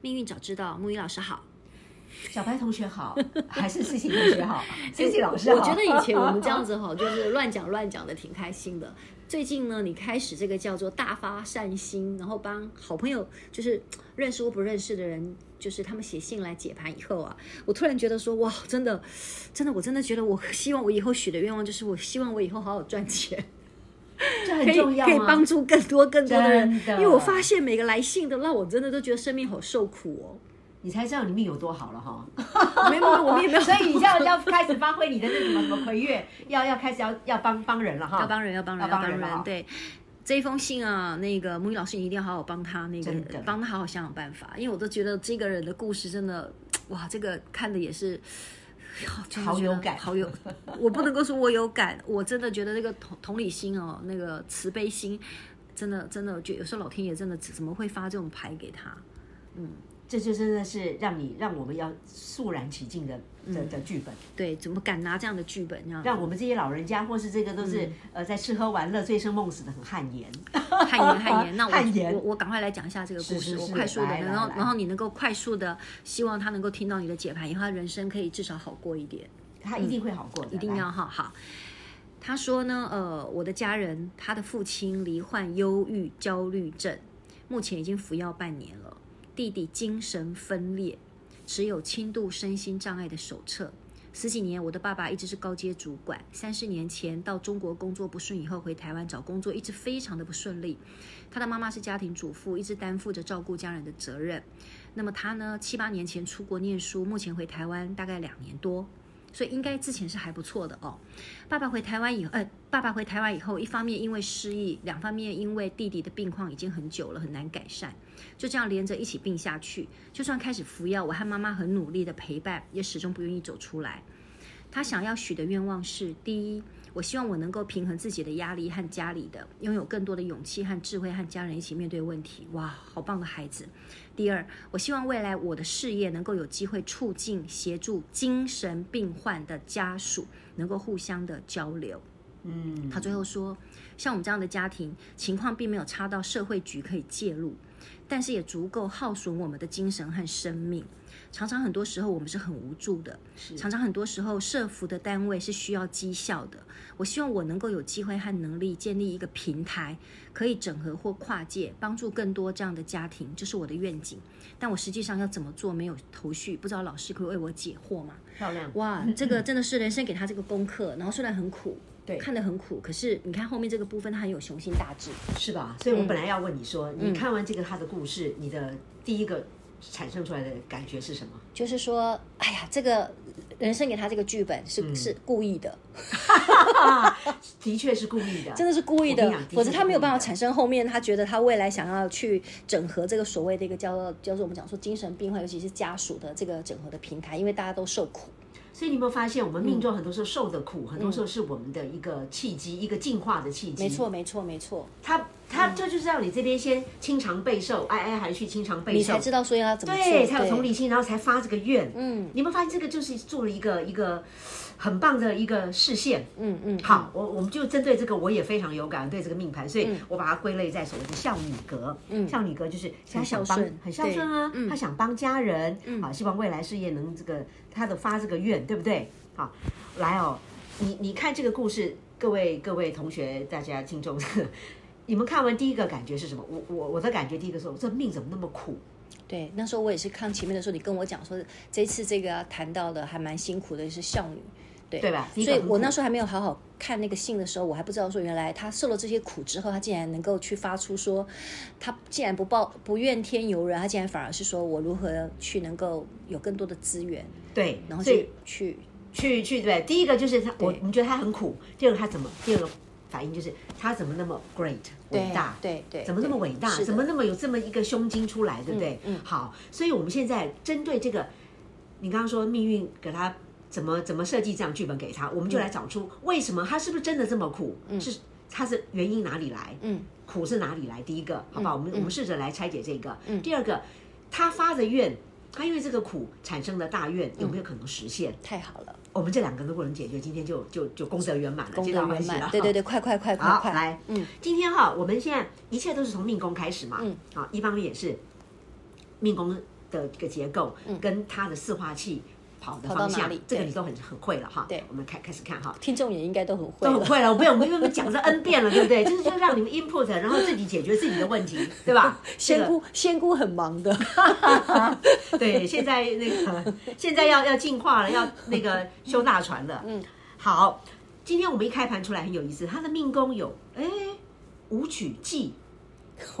命运早知道，木鱼老师好。小白同学好， 还是 Cici 同 学好？Cici 老师好。我觉得以前我们这样子哈，就是乱讲乱讲的，挺开心的。最近呢，你开始这个叫做大发善心，然后帮好朋友，就是认识或不认识的人，就是他们写信来解盘以后啊，我突然觉得说，哇，真的，真的，我真的觉得，我希望我以后许的愿望就是，我希望我以后好好赚钱。这很重要啊可以帮助更多更多的人，真的因为我发现每个来信的，让我真的都觉得生命好受苦哦。你才知道你命有多好了哈。 没有，我们也没有。所以你要要开始发挥你的那什么什么魁月，要要开始要要帮帮人了哈，要帮人，要帮人，啊要要帮帮人啊人了哈。对，这一封信啊，那个母语老师，你一定要好好帮他，那个真的帮他好好想想办法，因为我都觉得这个人的故事真的，哇，这个看的也是。哎呀真的好觉得有感 好有，我不能够说我有感，我真的觉得那个同同理心哦，那个慈悲心，真的真的，就有时候老天爷真的怎么会发这种牌给他？这就真的是让你让我们要肃然起敬的的的剧本，对，怎么敢拿这样的剧本这样子？让我们这些老人家或是这个都是呃在吃喝玩乐、醉生梦死的很汗颜。汗颜汗颜，那汗我颜我我赶快来讲一下这个故事，是是是我快速的，来来然后来然后你能够快速的，希望他能够听到你的解盘，以后他人生可以至少好过一点，他嗯一定会好过的，一定来要哈好。他说呢，呃，我的家人他的父亲罹患忧郁焦虑症，目前已经服药半年了，弟弟精神分裂，持有轻度身心障碍的手册。十几年，我的爸爸一直是高阶主管。三十年前到中国工作不顺，以后回台湾找工作，一直非常的不顺利。他的妈妈是家庭主妇，一直担负着照顾家人的责任。那么他呢，七八年前出国念书，目前回台湾大概两年多，所以应该之前是还不错的哦。爸爸回台湾以后，呃，爸爸回台湾以后，一方面因为失忆，两方面因为弟弟的病况已经很久了，很难改善，就这样连着一起病下去。就算开始服药，我和妈妈很努力的陪伴，也始终不愿意走出来。他想要许的愿望是：第一，我希望我能够平衡自己的压力和家里的，拥有更多的勇气和智慧，和家人一起面对问题。哇，好棒的孩子！第二，我希望未来我的事业能够有机会促进协助精神病患的家属，能够互相的交流。嗯，他最后说，像我们这样的家庭情况并没有差到社会局可以介入，但是也足够耗损我们的精神和生命。常常很多时候我们是很无助的，是常常很多时候社服的单位是需要绩效的。我希望我能够有机会和能力建立一个平台，可以整合或跨界，帮助更多这样的家庭，这是我的愿景。但我实际上要怎么做没有头绪，不知道老师可以为我解惑吗？漂亮，哇，这个真的是人生给他这个功课，然后虽然很苦， 对看得很苦，可是你看后面这个部分，他很有雄心大志。是吧？所以我本来要问你嗯说，你看完这个他的故事，你的第一个产生出来的感觉是什么？就是说，哎呀，这个人生给他这个剧本是、嗯是故意的，的确是故意的，真的是故意的我跟你讲，否则他没有办法的确是故意的产生后面他觉得他未来想要去整合这个所谓的一个叫做叫做我们讲说精神病患，尤其是家属的这个整合的平台，因为大家都受苦。所以你有没有发现，我们命中很多时候受的嗯苦，很多时候是我们的一个契机，一个进化的契机。没错，，没错，没错，他他这就是让你这边先清肠备受，哀哀还去清肠备受，你才知道说要怎么做，对，才有同理心，然后才发这个愿。嗯嗯，你有没有发现这个就是做了一个一个很棒的一个视线？嗯嗯，好，我我们就针对这个，我也非常有感，对这个命盘，所以我把它归类在所谓的孝女格。嗯，孝女格就是他想孝帮顺，很孝顺啊，他想帮家人，好，希望未来事业能这个他的发这个愿，对不对？好，来哦，你你看这个故事，各位各位同学，大家听众， 你们看完第一个感觉是什么？我我我的感觉第一个是，我这命怎么那么苦？对，那时候我也是看前面的时候，你跟我讲说，这次这个要谈到的还蛮辛苦的，是孝女，对对吧第一个所以很苦我那时候还没有好好看那个信的时候，我还不知道说原来她受了这些苦之后，她竟然能够去发出说，她竟然不报不怨天尤人，她竟然反而是说我如何去能够有更多的资源，对，然后所以去去去去对，第一个就是他，我对你觉得他很苦，第二个他怎么，第二个反应就是他怎么那么 great 伟大，对对，啊怎么那么伟大？是的怎么那么有这么一个胸襟出来，对不对？嗯嗯好，所以我们现在针对这个，你刚刚说命运给他怎么怎么设计这样剧本给他，我们嗯就来找出为什么他是不是真的这么苦？是他是原因哪里来？嗯，苦是哪里来？第一个，好不好？我们我们试着来拆解这个。嗯第二个，他发的愿。他因为这个苦产生的大愿有没嗯有可能实现？太好了，我们这两个如果能解决，今天就就就功德圆满了，功皆德大欢圆喜了满，。对对对，快快快快好快，来嗯，今天哈，我们现在一切都是从命宫开始嘛，嗯，好，一方面也是命宫的这个结构，跟它的四化气跑嗯的跑到方哪向里，这个对你都很很会了哈，对我们开开始看哈。听众也应该都很会都很了，会了，我被我们我们讲这 n 遍了，对不对？就是 就让你们 input，然后自己解决自己的问 题，对吧？这仙个姑仙姑很忙的， 对，现在那个 现在要要进化了，要那个修大船了。嗯，好，今天我们一开盘出来很有意思，他的命宫有哎武曲忌，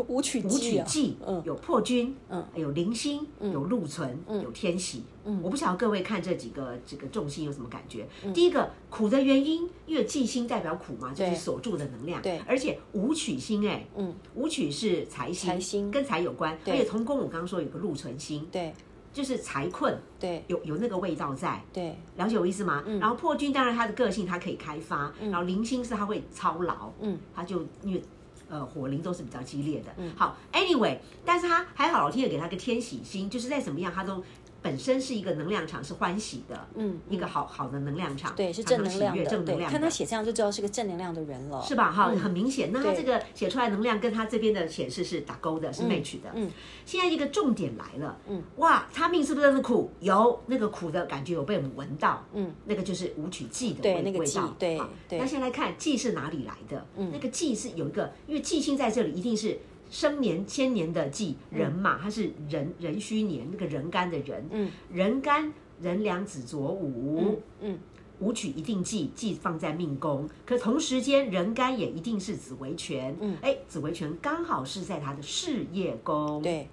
舞曲武曲记啊，记嗯，有破军，嗯有零星，有禄存，有天喜。嗯，我不晓得各位看这几个这个重心有什么感觉。第一个苦的原因，因为忌星代表苦嘛，就嗯是对锁住的能量。对而且武曲星哎，嗯，武曲是财星，财星跟财有关，而对且同宫我刚刚说有个禄存星，对就是财困，对有有那个味道在。对，了解我意思吗？嗯然后破军当然他的个性他可以开发，然后零星是他会操劳，嗯，他就因为呃火灵都是比较激烈的，好，anyway，但是他还好，老天爷给他个天喜星，就是在怎么样他都。本身是一个能量场，是欢喜的，嗯一个好好的能量场，对，是常正常能喜量悦的，正能对，量看的他写这样就知道是个正能量的人了，是吧？哈，很明显。那他对这个写出来能量跟他这边的显示是打勾的，是 match 的。嗯现在一个重点来了，嗯，哇，他命是不是真的苦？有那个苦的感觉有被我们闻到，嗯，那个就是武曲忌的对味那个味忌道对好对那先来看忌是哪里来的？嗯，那个忌是有一个，因为忌星在这里一定是。生年千年的忌人嗯嘛，它是壬壬戌年那个人干的人，嗯，人干人两子左午，嗯，武曲一定忌，忌放在命宫，可同时间人干也一定是紫微权，嗯，哎，紫微权刚好是在他的事业宫，，对，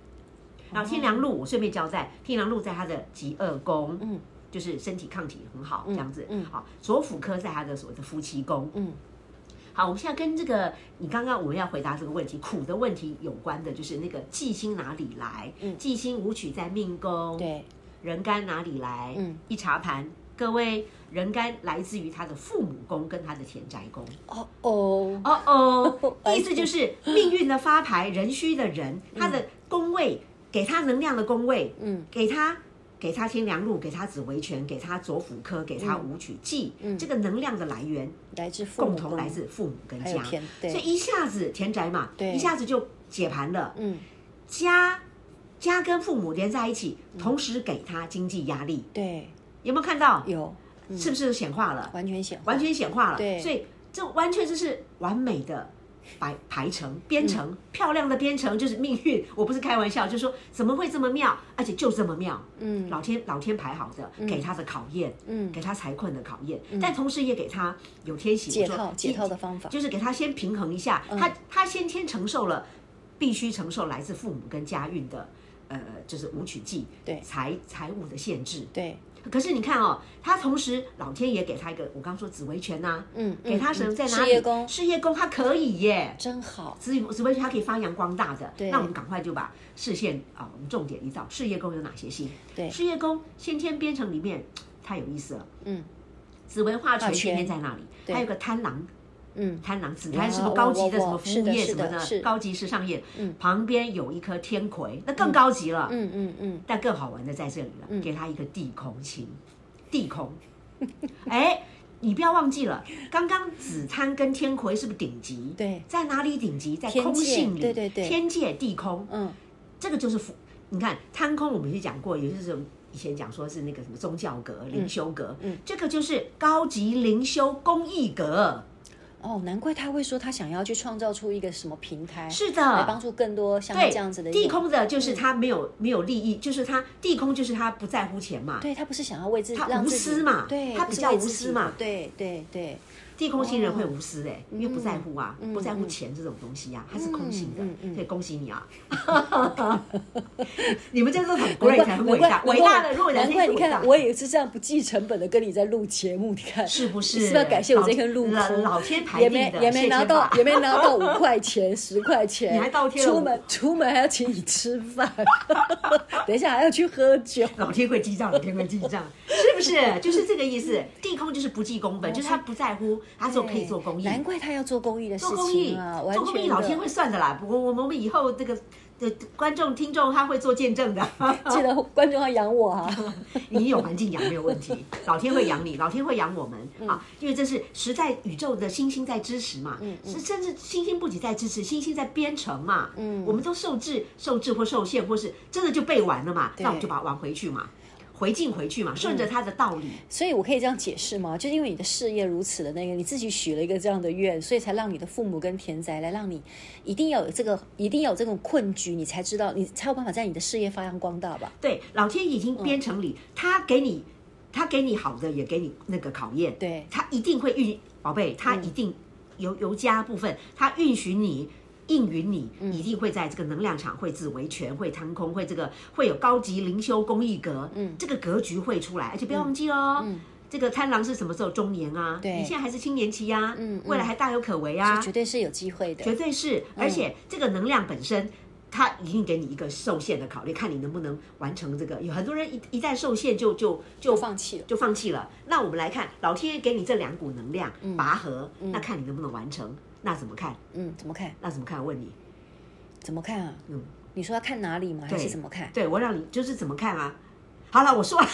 然后天梁禄我顺便交代，天梁禄在他的极恶宫，嗯，就是身体抗体很好这样子，嗯，好，左辅科在他的所谓的夫妻宫，嗯，好，我们现在跟这个你刚刚我们要回答这个问题苦的问题有关的，就是那个忌星哪里来？嗯，忌星武曲在命宫，对，人干哪里来？嗯，一查盘，各位人干来自于他的父母宫跟他的田宅宫。哦哦，哦哦， 意思就是命运的发牌，人虚的人，他的宫位给他能量的宫位，嗯，给他。给他天梁禄，给他紫微权，给他左辅科，给嗯他武曲忌，这个能量的来源来自父母共同宫来自父母跟还有家，天，对所以，一下子田宅嘛，对一下子就解盘了。嗯，家家跟父母连在一起，嗯同时给他经济压力，对，有没有看到？有是不是显化了？完全显化完全显化了。对所以这完全就是完美的排排成编程，嗯漂亮的编程就是命运。我不是开玩笑，就是说怎么会这么妙，而且就这么妙。嗯，老天老天排好的，给他的考验，嗯，给他财困的考验，但同时也给他有天喜嗯解我说套解套的方法，嗯就是给他先平衡一下，他他先天承受了，必须承受来自父母跟家运的，呃，就是武曲忌对财财务的限制。对，可是你看哦，他同时老天爷给他一个，我刚说紫微权呐、嗯，给他什神么在哪里？事业宫事业宫他可以耶。真好，紫紫微权他可以发扬光大的。对那我们赶快就把视线啊、我们重点移到事业宫有哪些星？对事业宫先天编程里面太有意思了。嗯，紫微化权化权先天在那里，还有个贪狼啊嗯，贪狼紫贪是不是高级的什哇哇么哇服务业是什么的是的，的高级时尚业，旁边有一颗天魁，那更高级了。嗯嗯嗯，但更好玩的在这里了，给他一个地空星，地空。 哎，你不要忘记了，刚刚紫贪跟天魁是不是顶级？对在哪里顶级？在天界空性里，对对对天界地空，嗯，这个就是福。你看贪空，我们就讲过，也就是以前讲说是那个什么宗教格、灵修格，嗯，这个就是高级灵修公益格，哦，难怪他会说他想要去创造出一个什么平台，是的，来帮助更多像他对这样子的地一个，嗯空的，就是他没有、没有利益，就是他地空就是他不在乎钱嘛，对他不是想要为自己，他让无自己私嘛对，他不比是较为无自私己嘛对对对，地空星人会无私哎、因为不在乎啊，不在乎钱这种东西呀、啊，他是空性的，哦嗯嗯嗯所以恭喜你啊！ 你们真的很 great，很伟难大，怪伟大的，如果人难类怪是你伟大看，的。我也是这样不计成本的跟你在录节目，你看是不是？你是不是要感谢我这根路老通老天排也定没的，也没拿到，也没拿到五块钱、十块钱，你还倒贴了出我门出门还要请你吃饭， 等一下还要去喝酒，老天会记账，老天会记账，是不是？就是这个意思。地空就是不计功本，就是他不在乎，他做可以做公益，难怪他要做公益的事做公益情啊！完，做公益全老的天会算的啦。不过我们我们以后这个的观众听众他会做见证的， 记哦得观众要养我 啊！你有环境养没有问题，老天会养你，老天会养我们、啊，因为这是实在宇宙的星星在支持嘛，是甚至星星不仅在支持，星星在编程嘛，嗯，我们都受制、受制或受限，或是真的就被玩了嘛，那我们就把它玩回去嘛，回进回去嘛，顺着它的道理，所以我可以这样解释吗？就是因为你的事业如此的那个，你自己许了一个这样的愿，所以才让你的父母跟田宅来让你一定要有这个，一定要有这种困局，你才知道，你才有办法在你的事业发扬光大吧？对，老天已经编程里，他给你，他给你好的，也给你那个考验，对他一定会运，宝贝，他一定由由家部分，他允许你。应允你，一定会在这个能量场会自维权，会贪空，会这个会有高级灵修公益格，嗯，这个格局会出来，而且不要忘记哦，这个贪狼是什么时候中年啊？对你现在还是青年期呀、啊，嗯，未来还大有可为啊，绝对是有机会的。绝对是，嗯而且这个能量本身。它一定给你一个受限的考虑，看你能不能完成这个。有很多人一一旦受限就就就放弃了就放弃了。那我们来看，老天爷给你这两股能量拔河，那看你能不能完成。那怎么看？嗯，怎么看？那怎么看？我问你，怎么看啊？嗯，你说要看哪里吗？还是怎么看？对我让你就是怎么看啊？好了，我说了，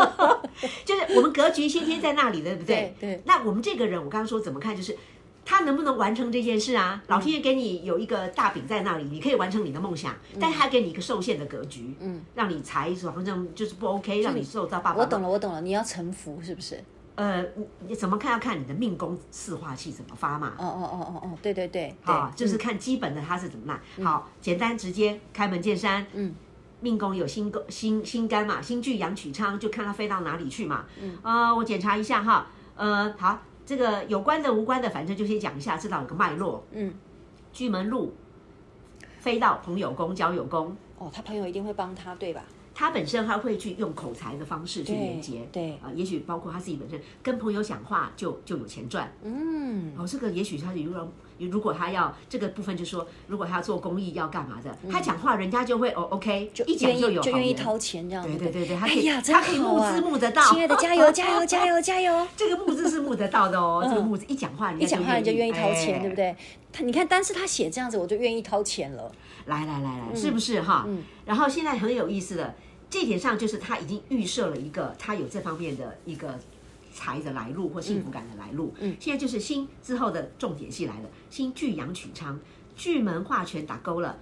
就是我们格局先天在那里的，对不对？对对那我们这个人，我刚刚说怎么看，就是他能不能完成这件事啊？老天爷给你有一个大饼在那里，你可以完成你的梦想，嗯但他给你一个受限的格局，嗯，让你财好像就是不 OK，让你受到爸爸。我懂。了，我懂了，你要臣服是不是？呃，你你怎么看要看你的命宫四化气怎么发嘛。哦哦哦哦哦，对对对啊对，，嗯就是看基本的它是怎么烂。好，简单直接，开门见山。嗯，命宫有心宫、心心肝嘛，心聚阳曲昌，就看它飞到哪里去嘛。嗯，啊，我检查一下哈，呃，好，这个有关的、无关的，反正就先讲一下，知道有个脉络。嗯，巨门路飞到朋友宫、交友宫，哦，他朋友一定会帮他，对吧？他本身还会去用口才的方式去连接。对对啊，也许包括他自己本身跟朋友讲话就就有钱赚。嗯，哦，这个也许他如果如果他要这个部分，就说如果他要做公益要干嘛的，他讲话人家就会哦，OK，嗯就一讲愿意有好就愿意言掏钱这样子。对对对对，他哎可以、呀，真他可以好募啊资募得到。亲爱的，加油 加油加油加油！这个募资是募得到的哦，这个募资一讲话人家嗯一讲话你就愿意掏钱，哎对不对？他你看，但是他写这样子，我就愿意掏钱了。来来来来，是不是哈？然后现在很有意思的，这点上就是他已经预设了一个他有这方面的一个财的来路或幸福感的来路。嗯，现在就是心之后的重点戏来了，心巨阳取昌，巨门化权打勾了，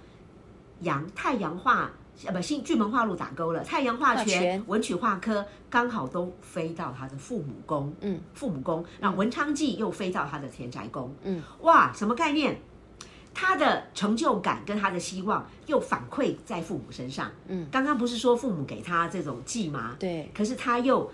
阳太阳化。呃，不，心巨门化禄打勾了，太阳化化权权、文曲化科刚好都飞到他的父母宫，嗯，父母宫，然后文昌忌又飞到他的田宅宫，嗯，哇，什么概念？他的成就感跟他的希望又反馈在父母身上。嗯，刚刚不是说父母给他这种寄吗？对，可是他又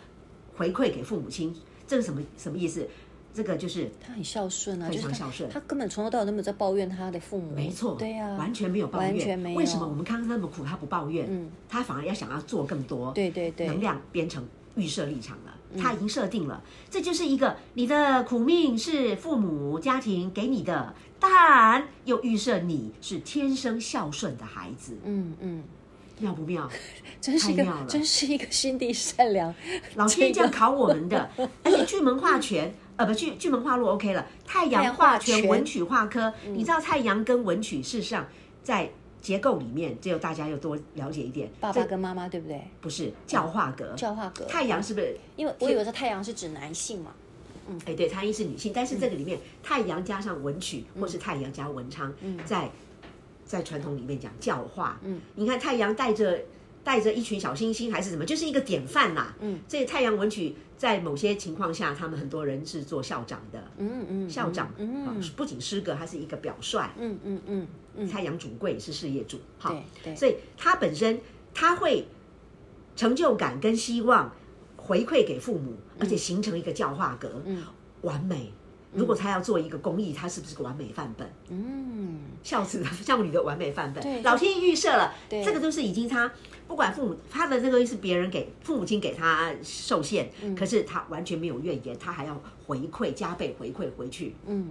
回馈给父母亲，这是什么什么意思？这个就是他很孝顺啊，非就常是孝顺他，他根本从头到尾都没有在抱怨他的父母。没错，对呀，完全没有抱怨，完全没有为什么我们看他那么苦，他不抱怨？嗯，他反而要想要做更多。对嗯对对能量变成预设立场了，他已经设定了，这就是一个你的苦命是父母家庭给你的，但又预设你是天生孝顺的孩子，嗯嗯，妙不 妙？真是一太妙个了真是一个心地善良。老天这样考我们的， 而且巨门 化权，呃，不巨巨门化禄 OK 了，太阳化太阳化权、权嗯文曲化科，你知道太阳跟文曲事实上在结构里面，只有大家又多了解一点，爸这爸跟妈妈对不对？不是教化格，教化格太阳是不是？因为我以为这太阳是指男性嘛。哎，对，太阴是女性，但是这个里面、太阳加上文曲，或是太阳加文昌，在在传统里面讲教化。嗯，你看太阳带着带着一群小星星还是什么，就是一个典范啦。嗯，所以太阳文曲在某些情况下，他们很多人是做校长的。嗯嗯，校长，嗯啊嗯不仅师哥，他是一个表率。嗯嗯嗯嗯，太阳主贵也是事业主，好，对对所以他本身他会成就感跟嗯希望回馈给父母，而且形成一个教化格，嗯，完美。如果他要做一个公益，他是不是个完美范本？嗯，孝 子的孝女的完美范对本，老天爷预设了，对这个都是已经他不管父母他的这个是别人给父母亲给他受限，可是他完全没有怨言，他还要回馈加倍回馈回去，嗯，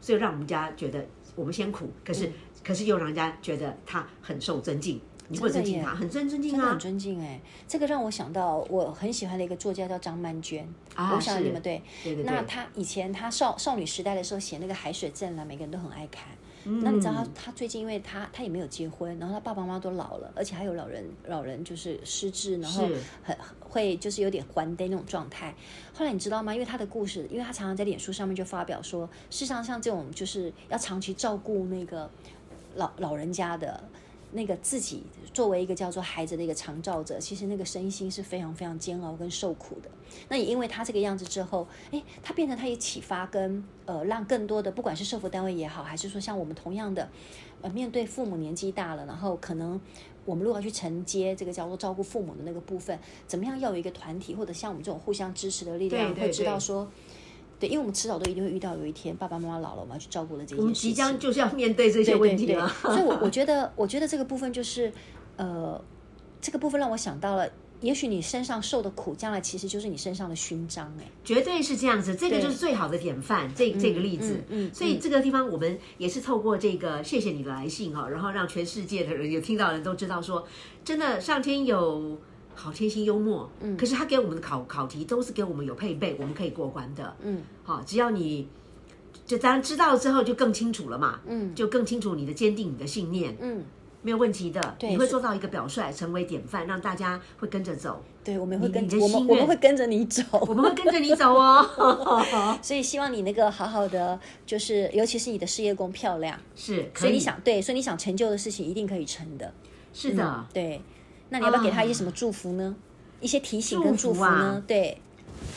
所以让我们家觉得我们先苦，可是、可是又让人家觉得他很受尊敬，你真不的尊敬耶他，很尊尊敬真的啊很，尊敬哎、这个让我想到我很喜欢的一个作家叫张曼娟，啊我想你是们对，对对那对，她以前她少少女时代的时候写那个《海水镇》啊啦，每个人都很爱看。嗯那你知道她她最近因为她她也没有结婚，然后她爸爸妈妈都老了，而且还有老人老人就是失智，然后是很会就是有点还呆那种状态。后来你知道吗？因为她的故事，因为她常常在脸书上面就发表说，事实上像这种就是要长期照顾那个老老人家的。那个自己作为一个叫做孩子的一个长照者，其实那个身心是非常非常煎熬跟受苦的。那也因为他这个样子之后，哎，他变成他也启发跟呃，让更多的不管是社福单位也好，还是说像我们同样的，呃，面对父母年纪大了，然后可能我们如果要去承接这个叫做照顾父母的那个部分，怎么样要有一个团体或者像我们这种互相支持的力量，对对会知道对说。对，因为我们迟早都一定会遇到有一天爸爸妈妈老了，我们要去照顾的这件事情。我们即将就是要面对这些问题了， 对对对所以我，我觉得，我觉得这个部分就是，呃，这个部分让我想到了，也许你身上受的苦，将来其实就是你身上的勋章、哎，绝对是这样子，这个对就是最好的典范，这这个例子。嗯嗯嗯所以这个地方我们也是透过这个，谢谢你的来信哈、然后让全世界的人有听到的人都知道说，真的上天有好天星幽默，嗯，可是他给我们的考考题都是给我们有配备，我们可以过关的，嗯，好、只要你。就当然知道之后就更清楚了嘛，嗯，就更清楚你的坚定你的信念，嗯，没有问题的，你会是做到一个表率，成为典范，让大家会跟着走，对，我们会跟你的我们心我愿们会跟着你走，我们会跟着你走哦， 所以希望你那个好好的，就是尤其是你的事业宫漂亮，是，可所以你想对，所以你想成就的事情一定可以成的，是啊的，对。那你要不要给他一些啊什么祝福呢？一些提醒跟祝祝福福呢？啊对，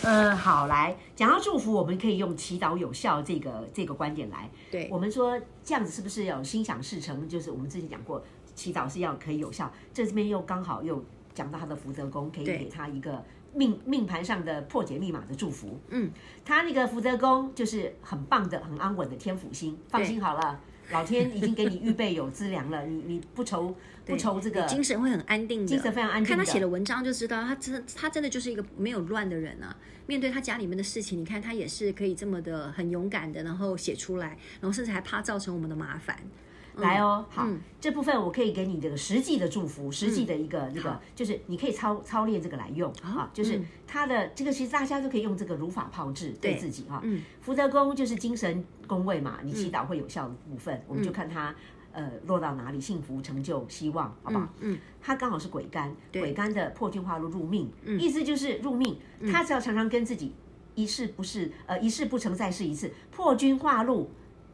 呃，好，来讲到祝福，我们可以用祈祷有效这个这个观点来。对我们说这样子是不是有心想事成？就是我们之前讲过，祈祷是要可以有效，这边又刚好又讲到他的福德宫，可以对给他一个命命盘上的破解密码的祝福。嗯，他那个福德宫就是很棒的、很安稳的天府星，放心好了，老天已经给你预备有资粮了，你你不愁不愁这个精神会很安定的，精神非常安定的看他写的文章就知道，他真他真的就是一个没有乱的人啊。面对他家里面的事情，你看他也是可以这么的很勇敢的，然后写出来，然后甚至还怕造成我们的麻烦。来哦，好，这部分我可以给你这个实际的祝福，实际的一个这个，就是你可以操操练这个来用嗯啊，就是它的这个其实大家都可以用这个如法炮制对自己啊。嗯福德宫就是精神宫位嘛，你祈祷会有效的部分，我们就看它。呃，落到哪里，幸福、成就、希望，好不好？嗯，它刚好是鬼干，鬼干的破军化禄入命，嗯意思就是入命，它只要常常跟自己一事不是，呃，一事不成再试一次，破军化禄，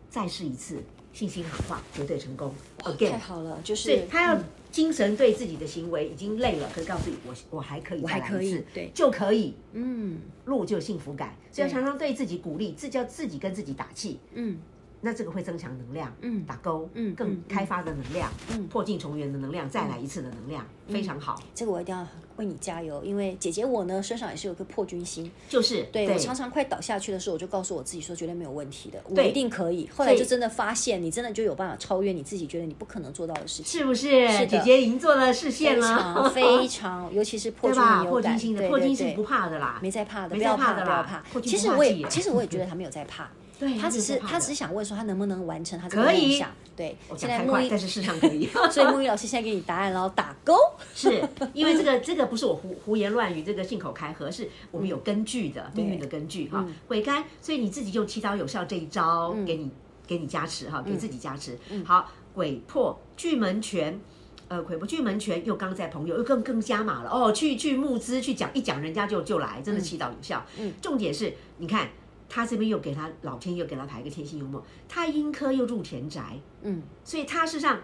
再试一次，信心喊话，绝对成功。太 Again，好了，就是对他要精神对自己的行为已经累了，可是告诉你，我我还可以，我还可以对就可以，嗯路就有幸福感。所以要常常对自己鼓励，自叫自己跟自己打气，嗯，那这个会增强能量，嗯打勾，嗯嗯更嗯开发的能量，嗯，破镜重圆的能量，再来一次的能量，嗯非常好。这个我一定要为你加油，因为姐姐我呢身上也是有个破军星，就是对我常常快倒下去的时候，我就告诉我自己说绝对没有问题的，我一定可以。后来所以就真的发现，你真的就有办法超越你自己觉得你不可能做到的事情。是不是？是的姐姐已经做了视啊非线了常，非常，尤其是破对军吧？有破感金星的对破对金星对不怕的啦，没在怕的，没不在要怕怕的不要啦怕破。军其不实怕我自己也，啊其实我也觉得他没有在怕， 对他只是没在怕他的只是想问说他能不能完成他这可个以梦想。对，现讲在太木快，易，但是事实上可以。 所以木易老师现在给你答案，然后打勾。是因为这个这个不是我胡胡言乱语，这个信口开河，是我们有根据的，命运的根据哈。悔该，所以你自己用祈祷有效这一招，给你给你加持哈，给自己加持。好，鬼破巨门拳。呃，鬼破巨门拳又刚在朋友又更更加码了哦，去去募资去讲一讲，人家就就来，真的祈祷有效。重点是，你看他这边又给他老天又给他排一个天性幽默，他阴科又入田宅，嗯，所以他事实上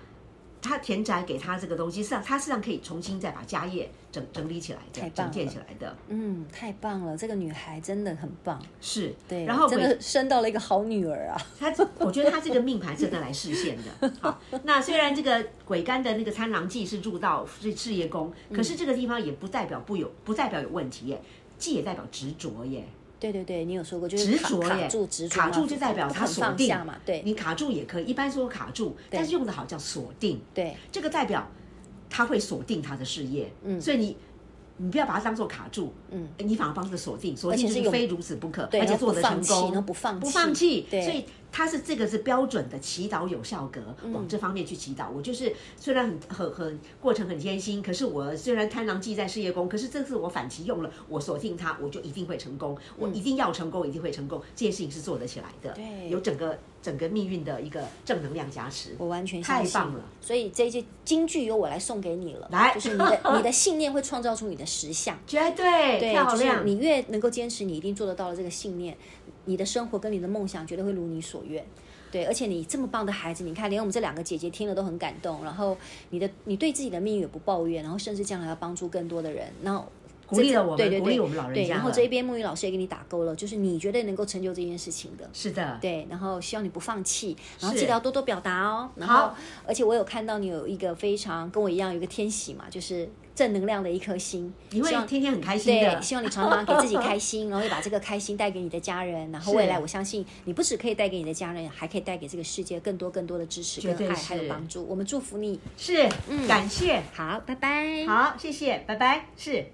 他田宅给他这个东西，是让他是让可以重新再把家业整整理起来太的，棒整了建起来的，嗯，太棒了，这个女孩真的很棒。是。对，然后真鬼的生到了一个好女儿啊。他，我觉得他这个命盘真的来实现 的。好，那虽然这个鬼干的那个参狼记是入到是事嗯业宫，可是这个地方也不代表不有，不代表有问题耶，记也代表执着耶。对对对，你有说过，就是执卡着耶卡住执着嘛，卡住就代表不他肯锁放定下嘛，对你卡住也可以，一般说卡住，但是用的好叫锁定，对这个代表他会锁定他的事业，嗯，所以你你不要把它当做卡住，嗯，你反而帮这个锁定，锁定而且是就是用非如此不可，对而且然后做不得成放弃功，然后不放弃不放弃，对所以他是这个是标准的祈祷有效格，嗯往这方面去祈祷。我就是虽然很很很过程很艰辛，可是我虽然贪狼记在事业宫，可是这次我反其用了，我锁定它，我就一定会成功，嗯我一定要成功，一定会成功，这件事情是做得起来的，对有整个整个命运的一个正能量加持，我完全相太信棒了。所以这一句京剧由我来送给你了，来就是你的你的信念会创造出你的实相。绝对对， 漂就是亮，你越能够坚持，你一定做得到的这个信念，你的生活跟你的梦想绝对会如你所愿。对，而且你这么棒的孩子，你看，连我们这两个姐姐听了都很感动。然后你的，你对自己的命运也不抱怨，然后甚至将来要帮助更多的人。那鼓励了我们，对对对，鼓励我们老人对，家了。然后这一边木鱼老师也给你打勾了，就是你绝对能够成就这件事情的。是的，对，然后希望你不放弃，然后是记得要多多表达哦。然后好，而且我有看到你有一个非常跟我一样有一个天喜嘛，就是正能量的一颗心，你会希望天天很开心对的，。希望你常常给自己开心，然后也把这个开心带给你的家人。然后是未来，我相信你不只可以带给你的家人，还可以带给这个世界更多更多的支持、绝跟对爱还有是帮助。我们祝福你，是，感谢，好，拜拜，好，谢谢，拜拜，是。